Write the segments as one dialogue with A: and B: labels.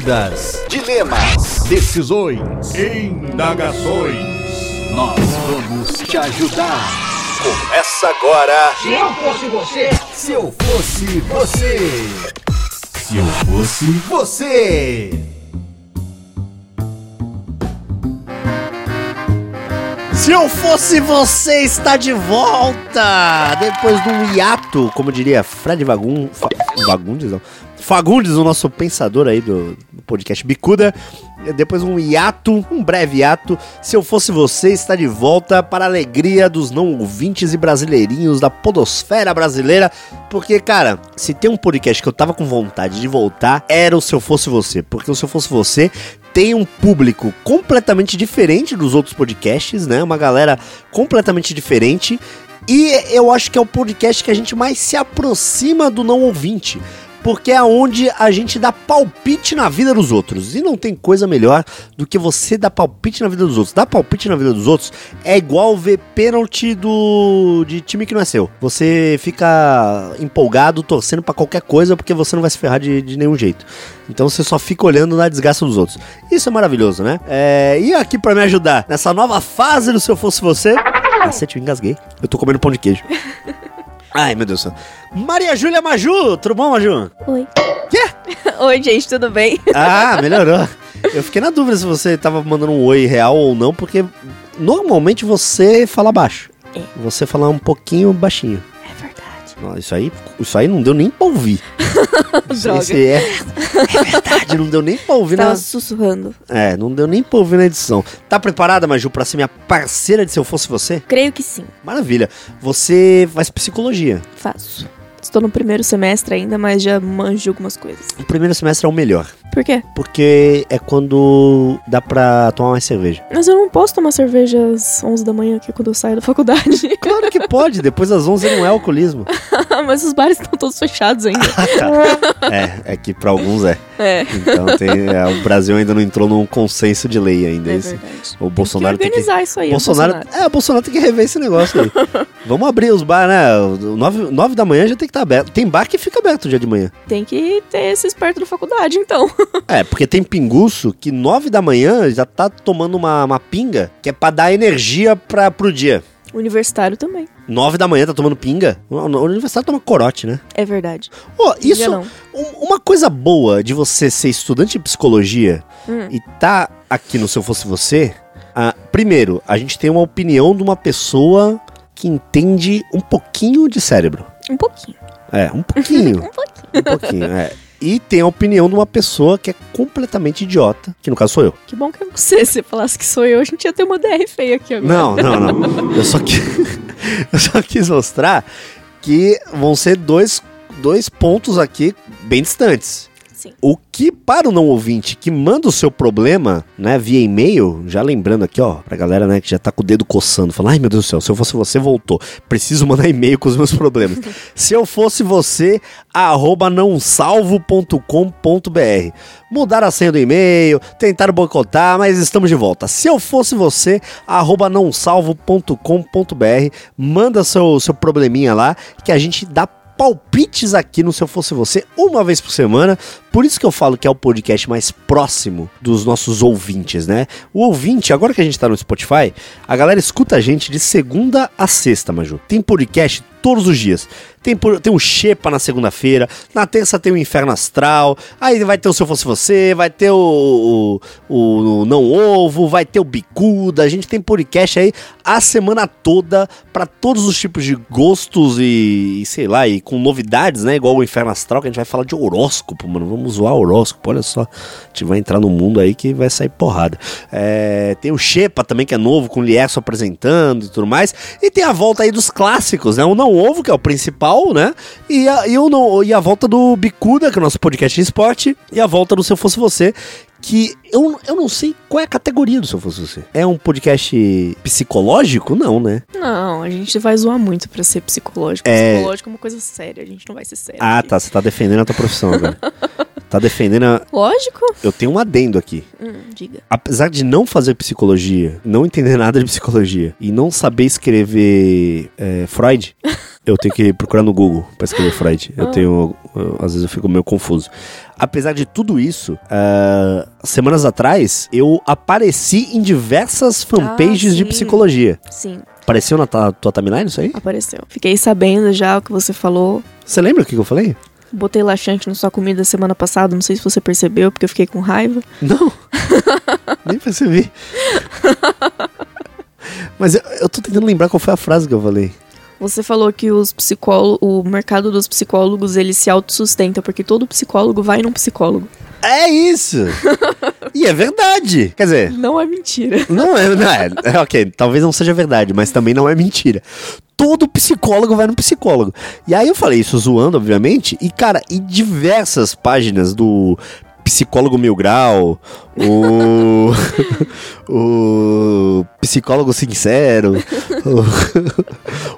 A: Dúvidas,
B: dilemas,
A: decisões.
C: Indagações.
A: Nós vamos te ajudar.
B: começa agora.
D: Se eu fosse você,
A: Se eu fosse você.
C: Se eu fosse.
A: Você.
E: Se eu fosse você, está de volta! Depois de um hiato, como diria Fred Vagun, Fa, Vagundes, não. Fagundes, o nosso pensador aí do, do podcast Bicuda. Depois de um hiato, um breve hiato, se eu fosse você, está de volta para a alegria dos não ouvintes e brasileirinhos da podosfera brasileira. Porque, cara, se tem um podcast que eu tava com vontade de voltar, era o Se Eu Fosse Você. Porque o Se Eu Fosse Você tem um público completamente diferente dos outros podcasts, né? Uma galera completamente diferente. E eu acho que é o podcast que a gente mais se aproxima do não ouvinte. Porque é onde a gente dá palpite na vida dos outros. E não tem coisa melhor do que você dar palpite na vida dos outros. Dar palpite na vida dos outros é igual ver pênalti do de time que não é seu. Você fica empolgado, torcendo pra qualquer coisa, porque você não vai se ferrar de, de nenhum jeito. Então você só fica olhando na desgraça dos outros. Isso é maravilhoso, né? É, e aqui pra me ajudar nessa nova fase do Se Eu Fosse Você. Cacete, eu engasguei. Eu tô comendo pão de queijo. Ai, meu Deus do céu. Maria Júlia Maju, tudo bom, Maju?
F: Oi. Oi, gente, tudo bem?
E: Ah, melhorou. Eu fiquei na dúvida se você tava mandando um oi real ou não, porque normalmente você fala baixo. Você fala um pouquinho baixinho.
F: É verdade.
E: Não, Isso aí, isso aí não deu nem pra ouvir. Isso-
F: Droga.
E: isso é, é verdade, não deu nem pra ouvir né?
F: Tava
E: na,
F: sussurrando.
E: É, não deu nem pra ouvir na edição. Tá preparada, Maju, pra ser minha parceira de Se Eu Fosse Você?
F: Creio que sim,
E: Maravilha. Você faz psicologia.
F: faço. Estou no primeiro semestre ainda, mas já manjo algumas coisas.
E: O primeiro semestre é o melhor,
F: Por quê?
E: porque é quando dá pra tomar mais cerveja.
F: Mas eu não posso tomar cerveja às 11 da manhã, que é quando eu saio da faculdade.
E: Claro que pode, depois das 11 não é alcoolismo.
F: mas os bares estão todos fechados ainda.
E: É, é que pra alguns é.
F: É.
E: Então tem- é, o Brasil ainda não entrou num consenso de lei ainda.
F: É
E: Esse-
F: verdade.
E: o
F: Tem que
E: Bolsonaro tem que
F: organizar isso aí. é o
E: Bolsonaro, É, o Bolsonaro tem que rever esse negócio aí. Vamos abrir os bar, né? O- o Nove, nove da manhã já tem que estar aberto. Tem bar que fica aberto dia de manhã.
F: Tem que ter esses perto da faculdade, então.
E: É, porque tem pinguço que nove da manhã já tá tomando uma, uma pinga que é pra dar energia pra, pro dia.
F: Universitário também.
E: Nove da manhã tá tomando pinga? O o universitário toma corote, né?
F: É verdade.
E: Ô,
F: Já
E: isso.
F: não.
E: um- uma coisa boa de você ser estudante de psicologia
F: Hum.
E: e tá aqui no Se Eu Fosse Você. ah, primeiro, a gente tem uma opinião de uma pessoa que entende um pouquinho de cérebro.
F: Um pouquinho.
E: É, um pouquinho.
F: Um pouquinho.
E: um pouquinho, é. E tem a opinião de uma pessoa que é completamente idiota, que no caso sou eu.
F: Que bom que é você. Se você falasse que sou eu, a gente ia ter uma DR feia aqui agora.
E: Não, não, não. Eu só, que... eu só quis mostrar que vão ser dois, dois pontos aqui bem distantes.
F: Sim.
E: O que para o não ouvinte que manda o seu problema, né, via e-mail, já lembrando aqui, ó, pra galera, né, que já tá com o dedo coçando, falando, ai meu Deus do céu, se eu fosse você, voltou. Preciso mandar e-mail com os meus problemas. se eu fosse você, arroba nãosalvo.com.br. Mudaram a senha do e-mail, tentaram boicotar, mas estamos de volta. Se eu fosse você, arroba nãosalvo.com.br. Manda seu, seu probleminha lá, que a gente dá palpites aqui no Se Eu Fosse Você, uma vez por semana. Por isso que eu falo que é o podcast mais próximo dos nossos ouvintes, né? O ouvinte, agora que a gente tá no Spotify, a galera escuta a gente de segunda a sexta, Maju. Tem podcast todos os dias. Tem, por- tem um Xepa na segunda-feira, na terça tem o Inferno Astral, aí vai ter o Se Eu Fosse Você, vai ter o, o, o Não Ovo, vai ter o Bicuda, a gente tem podcast aí a semana toda pra todos os tipos de gostos e, e sei lá, e com novidades, né? Igual o Inferno Astral, que a gente vai falar de horóscopo, mano. Vamos zoar horóscopo, olha só. A gente vai entrar no mundo aí que vai sair porrada. É, tem o Xepa também, que é novo, com o Lierso apresentando e tudo mais. E tem a volta aí dos clássicos, né? O Não Ovo, que é o principal, né? E a, e o não, e a volta do Bicuda, que é o nosso podcast de esporte. E a volta do Se Eu Fosse Você, que eu, eu não sei qual é a categoria do Se Eu Fosse Você. É um podcast psicológico? Não, né?
F: Não, a gente vai zoar muito pra ser psicológico.
E: É.
F: Psicológico é uma coisa séria, a gente não vai ser sério.
E: Ah,
F: aqui.
E: tá. Você tá defendendo a tua profissão agora. tá defendendo a...
F: Lógico?
E: Eu tenho um adendo aqui.
F: Hum, diga.
E: Apesar de não fazer psicologia, não entender nada de psicologia e não saber escrever é, Freud, Eu tenho que procurar no Google pra escrever Freud. Eu tenho. eu- às vezes eu fico meio confuso. Apesar de tudo isso, ah, semanas atrás eu apareci em diversas fanpages de
F: sim.
E: psicologia.
F: Sim,
E: Apareceu na ta- tua timeline isso aí?
F: apareceu. Fiquei sabendo já o que você falou.
E: Você lembra o que que eu falei?
F: Botei laxante na sua comida semana passada, não sei se você percebeu, porque eu fiquei com raiva.
E: Não. Nem percebi. Mas eu, eu tô tentando lembrar qual foi a frase que eu falei.
F: Você falou que os psicólogos, o mercado dos psicólogos, ele se autossustenta, porque todo psicólogo vai num psicólogo.
E: É isso! e é verdade! Quer dizer,
F: Não é mentira.
E: não é, não é, é, Ok, talvez não seja verdade, mas também não é mentira. Todo psicólogo vai no psicólogo. E aí eu falei isso zoando, obviamente, e cara, e diversas páginas do Psicólogo Mil Grau, o. o Psicólogo Sincero,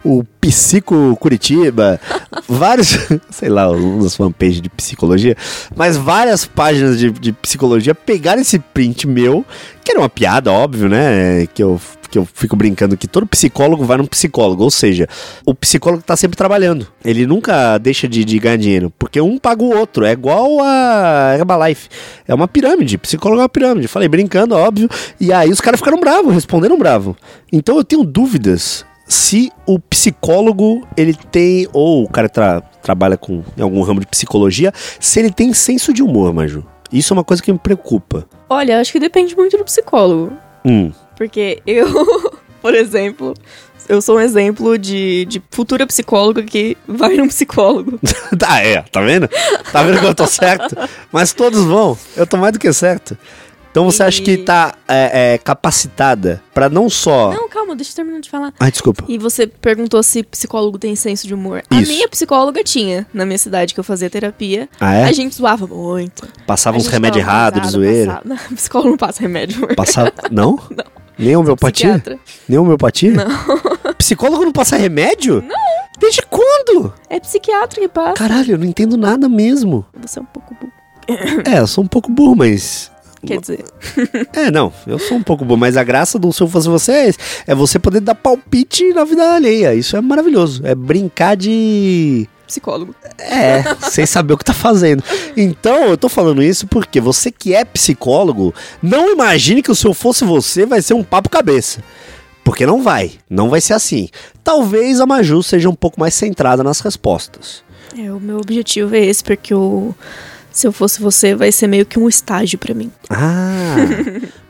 E: o, o Psico Curitiba, vários, sei lá, umas fanpages de psicologia, mas várias páginas de, de psicologia pegaram esse print meu, que era uma piada, óbvio, né? Que eu, que eu fico brincando que todo psicólogo vai num psicólogo, ou seja, o psicólogo tá sempre trabalhando. Ele nunca deixa de, de ganhar dinheiro, porque um paga o outro. É igual a Herbalife. É uma pirâmide, psicólogo é uma pirâmide. Falei brincando, óbvio. E aí os caras ficaram bravos, responderam bravo. Então eu tenho dúvidas se o psicólogo ele tem ou o cara tra- trabalha com em algum ramo de psicologia, se ele tem senso de humor, Maju. Isso é uma coisa que me preocupa.
F: Olha, acho que depende muito do psicólogo.
E: Hum,
F: Porque eu, por exemplo, eu sou um exemplo de, de futura psicóloga que vai num psicólogo.
E: tá é, tá vendo? Tá vendo que eu tô certo? Mas todos vão. Eu tô mais do que certo. Então você acha que
F: E-
E: tá é, é, capacitada pra não só?
F: Não, calma, deixa eu terminar de falar.
E: Ai, desculpa.
F: E você perguntou se psicólogo tem senso de humor.
E: Isso.
F: A minha psicóloga tinha, na minha cidade que eu fazia terapia.
E: Ah é?
F: A gente zoava muito.
E: Passava
F: A
E: uns
F: gente
E: remédios
F: dava
E: errados, de
F: risada,
E: zoeira.
F: passava- Não, psicólogo não passa remédio.
E: Passava, não? Nem homeopatia?
F: Psiquiatra.
E: Nem homeopatia? Não. Psicólogo não passa remédio? Não. Desde quando?
F: É psiquiatra que passa.
E: Caralho, eu não entendo nada mesmo.
F: Você é um pouco burro.
E: É, eu sou um pouco burro, mas.
F: Quer dizer,
E: É, não, eu sou um pouco burro, mas a graça do Se Eu Fosse Você é, esse, é você poder dar palpite na vida alheia. Isso é maravilhoso. É brincar de.
F: psicólogo.
E: É, sem saber o que tá fazendo. Então, eu tô falando isso porque você que é psicólogo, não imagine que o Se Eu Fosse Você vai ser um papo cabeça. Porque não vai, não vai ser assim. Talvez a Maju seja um pouco mais centrada nas respostas.
F: É, o meu objetivo é esse, porque eu, se eu fosse você, vai ser meio que um estágio pra mim.
E: Ah,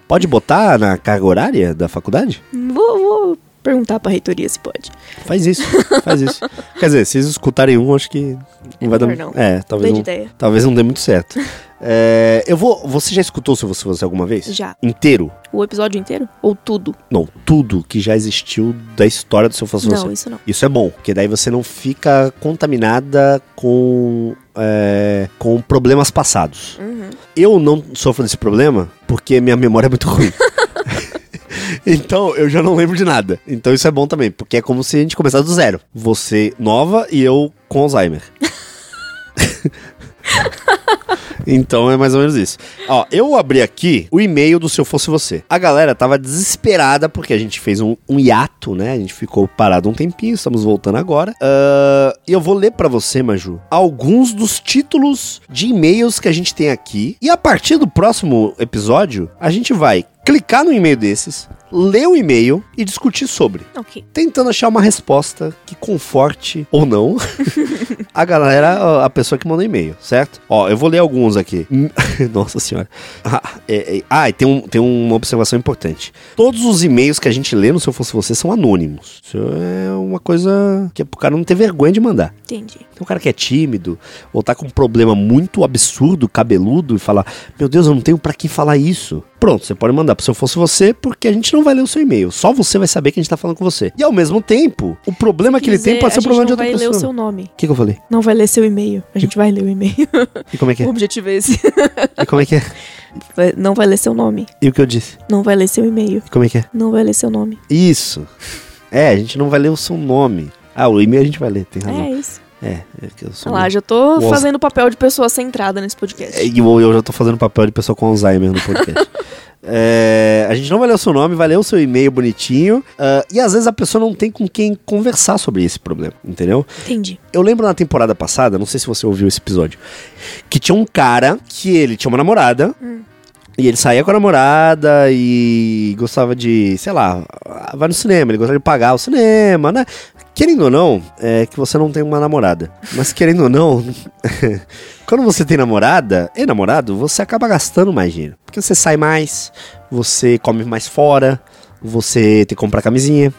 E: pode botar na carga horária da faculdade?
F: Vou, vou perguntar pra reitoria se pode.
E: Faz isso, faz isso. Quer dizer, se vocês escutarem um, acho que não vai dar.
F: melhor não.
E: É,
F: Talvez
E: talvez não,
F: ideia.
E: talvez não dê muito certo. É, eu vou. Você já escutou se você você alguma vez?
F: Já.
E: Inteiro?
F: O episódio inteiro? Ou tudo?
E: Não, tudo que já existiu da história do seu fosse
F: não,
E: você.
F: isso não.
E: Isso é bom, porque daí você não fica contaminada com é, com problemas passados.
F: Uhum.
E: Eu não sofro desse problema porque minha memória é muito ruim. Então, eu já não lembro de nada. Então, isso é bom também, porque é como se a gente começasse do zero. Você nova e eu com Alzheimer. então, é mais ou menos isso. Ó, eu abri aqui o e-mail do Se Eu Fosse Você. A galera tava desesperada porque a gente fez um, um hiato, né? A gente ficou parado um tempinho, estamos voltando agora. Ah, E eu vou ler pra você, Maju, alguns dos títulos de e-mails que a gente tem aqui. E a partir do próximo episódio, a gente vai clicar no e-mail desses, ler o e-mail e discutir sobre.
F: Ok.
E: Tentando achar uma resposta que conforte ou não a galera, a pessoa que mandou e-mail, certo? Ó, eu vou ler alguns aqui. Nossa senhora. Ah, é- é- ah, e tem, um, tem uma observação importante. Todos os e-mails que a gente lê no Se Eu Fosse Você são anônimos. Isso é uma coisa que é pro cara não ter vergonha de mandar.
F: Entendi.
E: Tem um cara que é tímido, ou tá com um problema muito absurdo, cabeludo, e fala: Meu Deus, eu não tenho pra quem falar isso. Pronto, você pode mandar pro se eu fosse você, porque a gente não vai ler o seu e-mail. Só você vai saber que a gente tá falando com você. E ao mesmo tempo, o problema que ele
F: Quer dizer,
E: tem pode ser o problema de outra
F: A gente não vai ler
E: pessoa.
F: o
E: O
F: seu nome.
E: que, que eu falei?
F: Não vai ler seu e-mail. A gente vai ler o e-mail.
E: E como é que é?
F: O objetivo é esse.
E: E como é que é?
F: Vai- Não vai ler seu nome.
E: E o que eu disse?
F: Não vai ler seu e-mail.
E: E como é que é?
F: Não vai ler seu nome.
E: Isso. É, a gente não vai ler o seu nome. Ah, o e-mail a gente vai ler, tem razão.
F: É isso.
E: É, é que eu sou.
F: Olha lá, já tô
E: Nossa.
F: fazendo o papel de pessoa centrada nesse podcast.
E: É, E eu, eu já tô fazendo papel de pessoa com Alzheimer no podcast. É, a gente não vai ler o seu nome, vai ler o seu e-mail bonitinho. ah, e às vezes a pessoa não tem com quem conversar sobre esse problema, entendeu?
F: Entendi.
E: Eu lembro na temporada passada, não sei se você ouviu esse episódio, que tinha um cara que ele tinha uma namorada. E ele saía com a namorada e gostava de, sei lá, vai no cinema, ele gostava de pagar o cinema, né? Querendo ou não, é que você não tem uma namorada. Mas querendo ou não, quando você tem namorada e namorado, você acaba gastando mais dinheiro. Porque você sai mais, você come mais fora, você tem que comprar camisinha.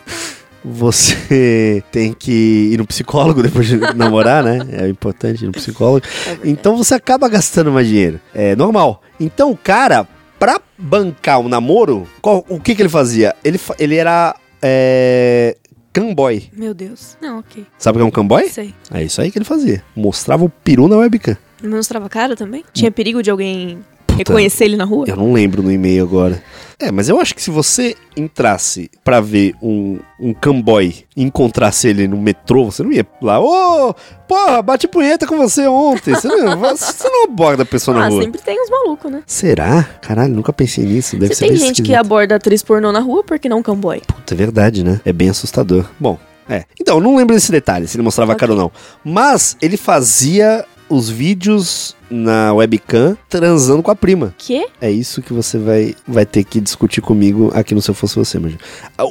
E: Você tem que ir no psicólogo depois de namorar, né? É importante ir no psicólogo. Então você acaba gastando mais dinheiro. É normal. Então o cara, pra bancar o namoro, qual- o que que ele fazia? Ele, fa- ele era. É. Camboy.
F: Meu Deus. Não, ok.
E: Sabe o que é um camboy?
F: Sei.
E: É isso aí que ele fazia. Mostrava o peru na webcam.
F: Mostrava a cara também? Tinha perigo de alguém reconhecer ele na rua?
E: Hum. Eu não lembro no e-mail agora. É, mas eu acho que se você entrasse pra ver um, um camboy e encontrasse ele no metrô, você não ia lá, ô, porra, bate punheta com você ontem. Você não, você não aborda a pessoa na
F: Ah,
E: rua.
F: sempre tem uns malucos, né?
E: Será? Caralho, nunca pensei nisso. Deve
F: Você
E: ser
F: tem
E: bem
F: gente que
E: esquisito.
F: aborda atriz pornô na rua, por que não um camboy?
E: Puta, é verdade, né? É bem assustador. Bom, é. Então, eu não lembro desse detalhe, se ele mostrava a cara ou não. Mas ele fazia os vídeos na webcam transando com a prima.
F: Quê?
E: É isso que você vai, vai ter que discutir comigo aqui no Se Eu Fosse Você, Manjo.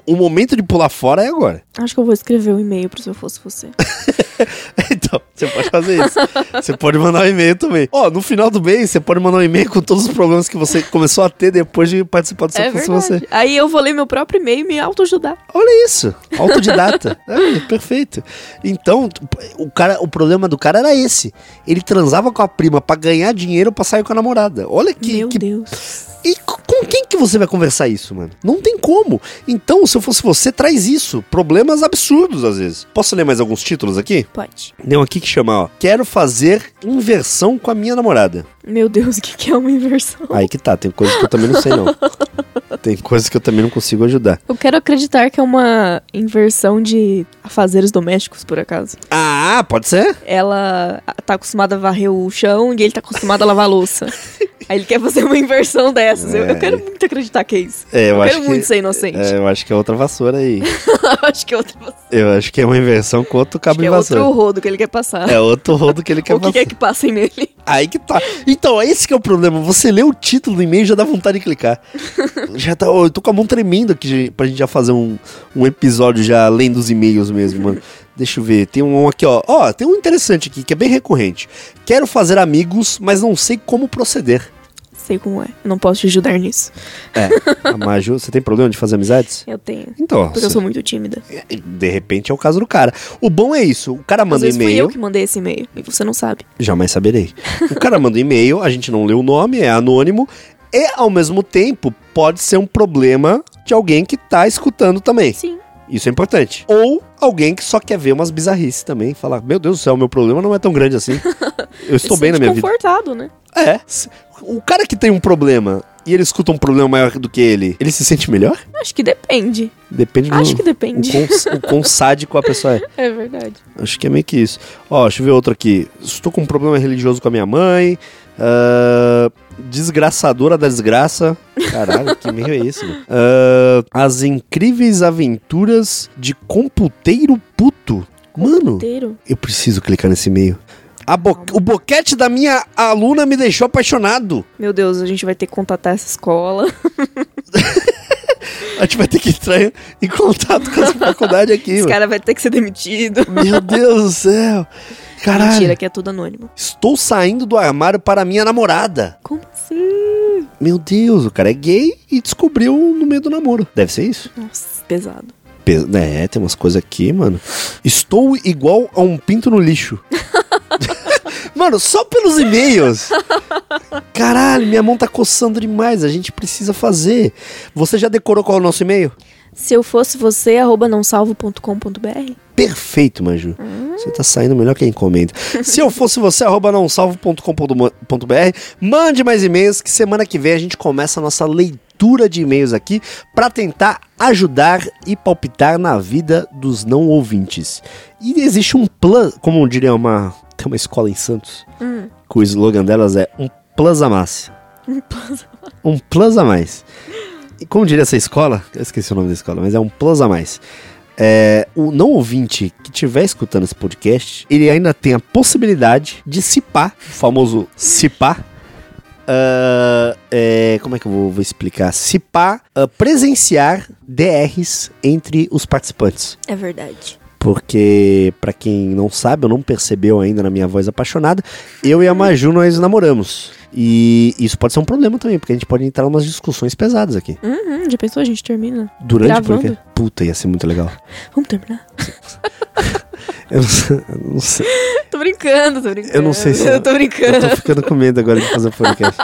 E: O momento de pular fora é agora.
F: Acho que eu vou escrever um e-mail pro se eu fosse você.
E: Então, você pode fazer isso. Você pode mandar um e-mail também. Ó, no final do mês, você pode mandar um e-mail com todos os problemas que você começou a ter depois de participar do Se
F: é
E: Eu Fosse
F: verdade.
E: Você.
F: Aí eu vou ler meu próprio e-mail e me autoajudar.
E: Olha isso. Autodidata. é, perfeito. Então, o, cara, o problema do cara era esse. Ele transava com a prima pra ganhar dinheiro pra sair com a namorada. Olha que,
F: Meu
E: que
F: Deus.
E: E c- com quem que você vai conversar isso, mano? Não tem como. Então, se eu fosse você, traz isso. Problemas absurdos, às vezes. Posso ler mais alguns títulos aqui?
F: Pode.
E: Tem um aqui que chama, ó. Quero fazer inversão com a minha namorada.
F: Meu Deus, o que, que é uma inversão?
E: Aí que tá, tem coisas que eu também não sei, não. Tem coisas que eu também não consigo ajudar.
F: Eu quero acreditar que é uma inversão de afazeres domésticos, por acaso.
E: Ah, pode ser?
F: Ela tá acostumada a varrer o chão e ele tá acostumado a lavar a louça. Aí ele quer fazer uma inversão dessas. Eu, eu quero muito acreditar que é isso.
E: É, eu, acho
F: quero muito
E: que...
F: ser inocente.
E: É, eu acho que é outra vassoura aí.
F: acho que é outro, acho
E: Eu acho que é uma inversão com outro cabo
F: que
E: de
F: é
E: vassoura.
F: outro rodo que ele quer passar.
E: É outro rodo que ele quer
F: o que é
E: passar.
F: quer que passem nele?
E: Aí que tá. Então, é esse que é o problema. Você lê o título do e-mail e já dá vontade de clicar. já tá, ó, eu tô com a mão tremendo aqui gente, pra gente já fazer um, um episódio já além dos e-mails mesmo, mano. Deixa eu ver. Tem um aqui, ó. Ó, tem um interessante aqui que é bem recorrente. Quero fazer amigos, mas não sei como proceder.
F: Sei como é. Eu não posso te ajudar nisso.
E: A Maju, Ah, você tem problema de fazer amizades?
F: Eu tenho.
E: Então,
F: É. Porque eu sou muito tímida.
E: de repente é o caso do cara. O bom é isso. O cara
F: Às
E: manda
F: vezes fui eu
E: e-mail.
F: que mandei esse e-mail. E você não sabe.
E: Jamais saberei. O cara manda um e-mail, a gente não lê o nome, é anônimo, e ao mesmo tempo pode ser um problema de alguém que tá escutando também.
F: Sim.
E: Isso é importante. Ou alguém que só quer ver umas bizarrices também, e falar: Meu Deus do céu, meu problema não é tão grande assim. Eu estou
F: Se
E: bem na
F: sente
E: minha vida.
F: confortado, né?
E: É. se- O cara que tem um problema e ele escuta um problema maior do que ele, ele se sente melhor?
F: Acho que depende.
E: Depende do.
F: Acho que
E: Hum. o
F: depende.
E: quão, o quão sádico a pessoa é.
F: É verdade.
E: Acho que é meio que isso. Ó, deixa eu ver outro aqui. Estou com um problema religioso com a minha mãe. Ah, desgraçadora da desgraça. Caralho, que meio é esse, mano? Ah, as incríveis aventuras de computeiro puto. Mano,
F: Inteiro.
E: eu preciso clicar nesse e-mail. A bo- o boquete da minha aluna me deixou apaixonado.
F: Meu Deus, a gente vai ter que contatar essa escola.
E: A gente vai ter que entrar em- em contato com essa faculdade aqui,
F: Esse
E: mano.
F: cara vai ter que ser demitido.
E: Meu Deus do céu. Caralho,
F: Mentira, que é tudo anônimo.
E: estou saindo do armário para minha namorada.
F: Como assim?
E: Meu Deus, o cara é gay e descobriu no meio do namoro. Deve ser isso?
F: Nossa, pesado.
E: Pe- É, tem umas coisas aqui, mano. Estou igual a um pinto no lixo. mano, só pelos e-mails. Caralho, minha mão tá coçando demais. A gente precisa fazer. Você já decorou qual é o nosso e-mail?
F: Se eu fosse você, arroba nãosalvo.com.br.
E: Perfeito, Manju. Você tá saindo melhor que a encomenda. Se eu fosse você, arroba nãosalvo.com.br, mande mais e-mails que semana que vem a gente começa a nossa leitura de e-mails aqui pra tentar ajudar e palpitar na vida dos não ouvintes. E existe um plano, como diria uma, tem uma escola em Santos, que o slogan delas é Hum. um plus a mais. Um plus a mais. E como diria essa escola, eu esqueci o nome da escola, mas é um plus a mais. É, o não ouvinte que estiver escutando esse podcast, ele ainda tem a possibilidade de cipar, o famoso cipar. ah, é, como é que eu vou, vou explicar? Cipar, ah, presenciar DRs entre os participantes.
F: É verdade.
E: Porque, pra quem não sabe, ou não percebeu ainda na minha voz apaixonada, eu e a Maju nós namoramos. E isso pode ser um problema também, porque a gente pode entrar em umas discussões pesadas aqui.
F: Uhum, já pensou? A gente termina.
E: Durante o
F: Gravando.
E: podcast. Puta, ia ser muito legal.
F: Vamos terminar?
E: Eu não sei. Eu não, sei,
F: Tô brincando, tô brincando.
E: Eu não sei se-
F: Eu tô
E: eu
F: brincando.
E: tô ficando com medo agora de fazer o podcast.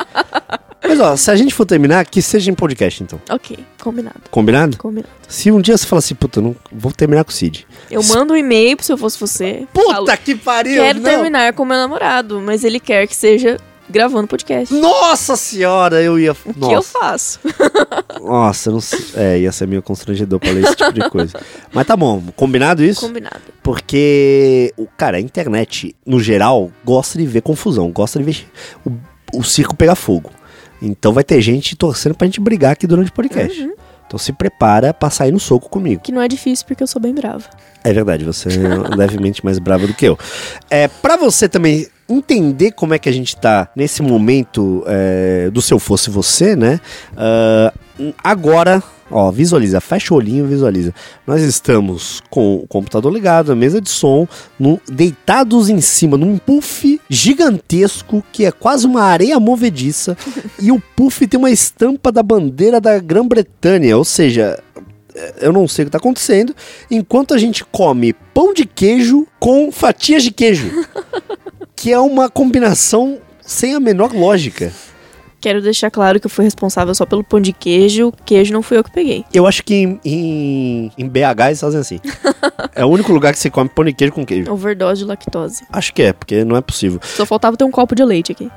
E: Mas ó, se a gente for terminar, que seja em podcast então.
F: Ok, combinado.
E: Combinado?
F: Combinado.
E: Se um dia você falar assim, puta, eu não, vou terminar com o Cid.
F: Eu mando um e-mail pro se eu fosse você.
E: Puta
F: falo,
E: que pariu!
F: Quero
E: não.
F: terminar com meu namorado, mas ele quer que seja gravando podcast.
E: Nossa senhora, eu ia.
F: O que eu
E: Nossa.
F: faço?
E: Nossa, eu não sei. É, ia ser meio constrangedor pra ler esse tipo de coisa. Mas tá bom, combinado isso?
F: Combinado.
E: Porque, o cara, a internet, no geral, gosta de ver confusão, gosta de ver o, o circo pegar fogo. Então vai ter gente torcendo pra gente brigar aqui durante o podcast. Então se prepara pra sair no soco comigo.
F: Uhum. Que não é difícil porque eu sou bem brava.
E: É verdade, você é levemente mais brava do que eu. É, para você também entender como é que a gente tá nesse momento é, do Se Eu Fosse Você, né? Ah, agora, ó, visualiza, fecha o olhinho e visualiza. Nós estamos com o computador ligado, a mesa de som, num- deitados em cima num puff gigantesco que é quase uma areia movediça e o puff tem uma estampa da bandeira da Grã-Bretanha, ou seja... é, Eu não sei o que tá acontecendo, enquanto a gente come pão de queijo com fatias de queijo. que é uma combinação sem a menor lógica.
F: Quero deixar claro que eu fui responsável só pelo pão de queijo. Queijo não fui eu que peguei.
E: Eu acho que em, em, em BH eles fazem assim. é o único lugar que você come pão de queijo com queijo.
F: Overdose de lactose.
E: Acho que é, porque não é possível.
F: Só faltava ter um copo de leite aqui.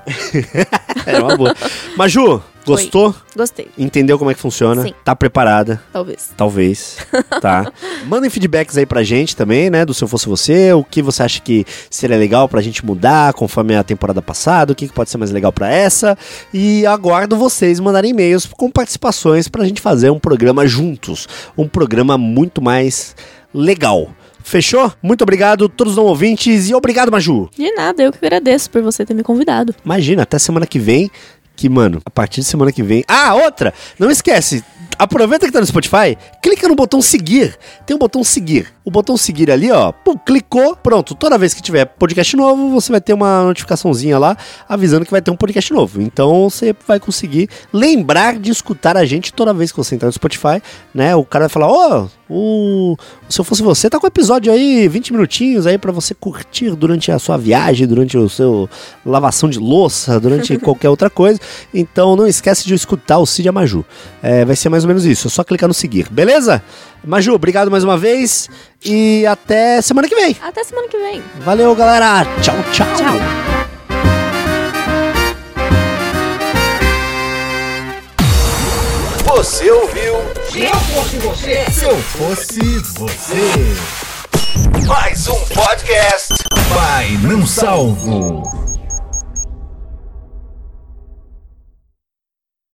E: É uma boa. Maju, gostou?
F: Gostei,
E: Entendeu como é que funciona?
F: Sim.
E: Tá preparada?
F: talvez.
E: Talvez, tá? Mandem feedbacks aí pra gente também, né? Do Se Eu Fosse Você, o que você acha que seria legal pra gente mudar conforme a temporada passada, o que, que pode ser mais legal pra essa. E aguardo vocês mandarem e-mails com participações pra gente fazer um programa juntos. Um programa muito mais legal. Fechou? Muito obrigado a todos os não ouvintes e obrigado, Maju!
F: De nada, eu que agradeço por você ter me convidado.
E: Imagina, até semana que vem. Que, mano, a partir de semana que vem. Ah, outra! Não esquece! Aproveita que tá no Spotify, clica no botão seguir. Tem um botão seguir. O botão seguir ali, ó. Pum, clicou, pronto. Toda vez que tiver podcast novo, você vai ter uma notificaçãozinha lá avisando que vai ter um podcast novo. Então você vai conseguir lembrar de escutar a gente toda vez que você entrar no Spotify, né? O cara vai falar: Ó, o... se eu fosse você, tá com o episódio aí, 20 minutinhos aí pra você curtir durante a sua viagem, durante o seu lavação de louça, durante qualquer outra coisa. Então não esquece de escutar o Cid Amaju. É, vai ser mais ou menos isso. É só clicar no seguir, beleza? Maju, obrigado mais uma vez e até semana que vem.
F: Até semana que vem.
E: Valeu, galera. tchau.
F: Tchau.
B: Você ouviu?
A: Se eu fosse você,
B: Mais um podcast.
C: Pai, não salvo.